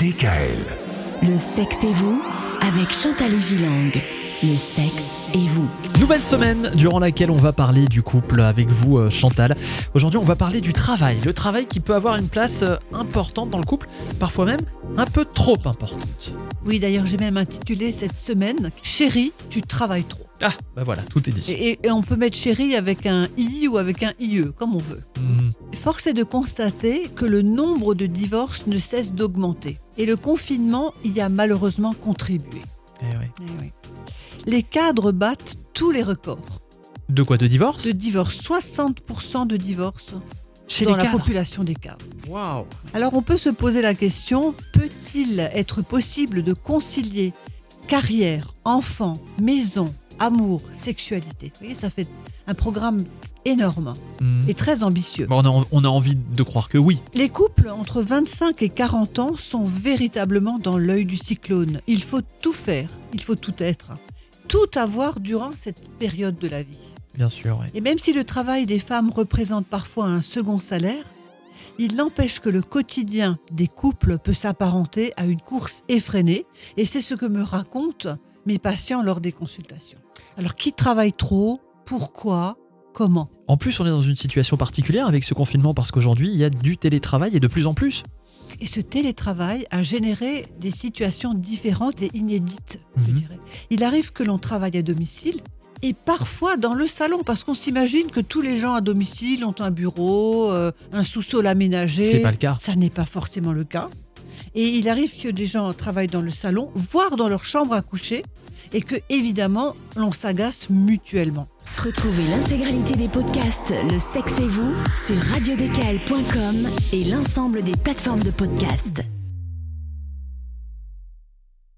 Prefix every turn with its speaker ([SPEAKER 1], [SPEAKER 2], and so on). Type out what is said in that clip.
[SPEAKER 1] DKL.
[SPEAKER 2] Le sexe et vous avec Chantal Gilang. Le sexe et vous.
[SPEAKER 3] Nouvelle semaine durant laquelle on va parler du couple avec vous, euh, Chantal. Aujourd'hui, on va parler du travail. Le travail qui peut avoir une place euh, importante dans le couple, parfois même un peu trop importante.
[SPEAKER 4] Oui, d'ailleurs, j'ai même intitulé cette semaine Chérie, tu travailles trop.
[SPEAKER 3] Ah, bah voilà, tout est dit.
[SPEAKER 4] Et, et- et on peut mettre chérie avec un i ou avec un ie, comme on veut.
[SPEAKER 3] Mhm.
[SPEAKER 4] Force est de constater que le nombre de divorces ne cesse d'augmenter. Et le confinement y a malheureusement contribué.
[SPEAKER 3] Eh ouais.
[SPEAKER 4] Les cadres battent tous les records
[SPEAKER 3] De quoi De divorce
[SPEAKER 4] de divorce, 60% de divorces
[SPEAKER 3] Chez
[SPEAKER 4] dans
[SPEAKER 3] les
[SPEAKER 4] la
[SPEAKER 3] cadres
[SPEAKER 4] population des cadres.
[SPEAKER 3] Waouh
[SPEAKER 4] Alors on peut se poser la question, peut-il être possible de concilier carrière, enfant, maison, amour, sexualité Vous voyez, ça fait un programme énorme
[SPEAKER 3] Mhm.
[SPEAKER 4] et très ambitieux.
[SPEAKER 3] Bon, on, a, en- on a envie de croire que oui.
[SPEAKER 4] Les couples entre 25 et 40 ans sont véritablement dans l'œil du cyclone. Il faut tout faire, il faut tout être, tout avoir durant cette période de la vie.
[SPEAKER 3] Bien sûr, ouais.
[SPEAKER 4] Et même si le travail des femmes représente parfois un second salaire, il n'empêche que le quotidien des couples peut s'apparenter à une course effrénée, et c'est ce que me racontent mes patients lors des consultations. Alors qui travaille trop Pourquoi Comment
[SPEAKER 3] En plus, on est dans une situation particulière avec ce confinement parce qu'aujourd'hui, il y a du télétravail et de plus en plus.
[SPEAKER 4] Et ce télétravail a généré des situations différentes et inédites, je
[SPEAKER 3] Mhm.
[SPEAKER 4] dirais. Il arrive que l'on travaille à domicile et parfois dans le salon, parce qu'on s'imagine que tous les gens à domicile ont un bureau, euh, un sous-sol aménagé.
[SPEAKER 3] C'est pas le cas.
[SPEAKER 4] Ça n'est pas forcément le cas. Et il arrive que des gens travaillent dans le salon, voire dans leur chambre à coucher, et que, évidemment, l'on s'agace mutuellement.
[SPEAKER 2] Retrouvez l'intégralité des podcasts Le sexe et vous sur radiodécal.com et l'ensemble des plateformes de podcasts.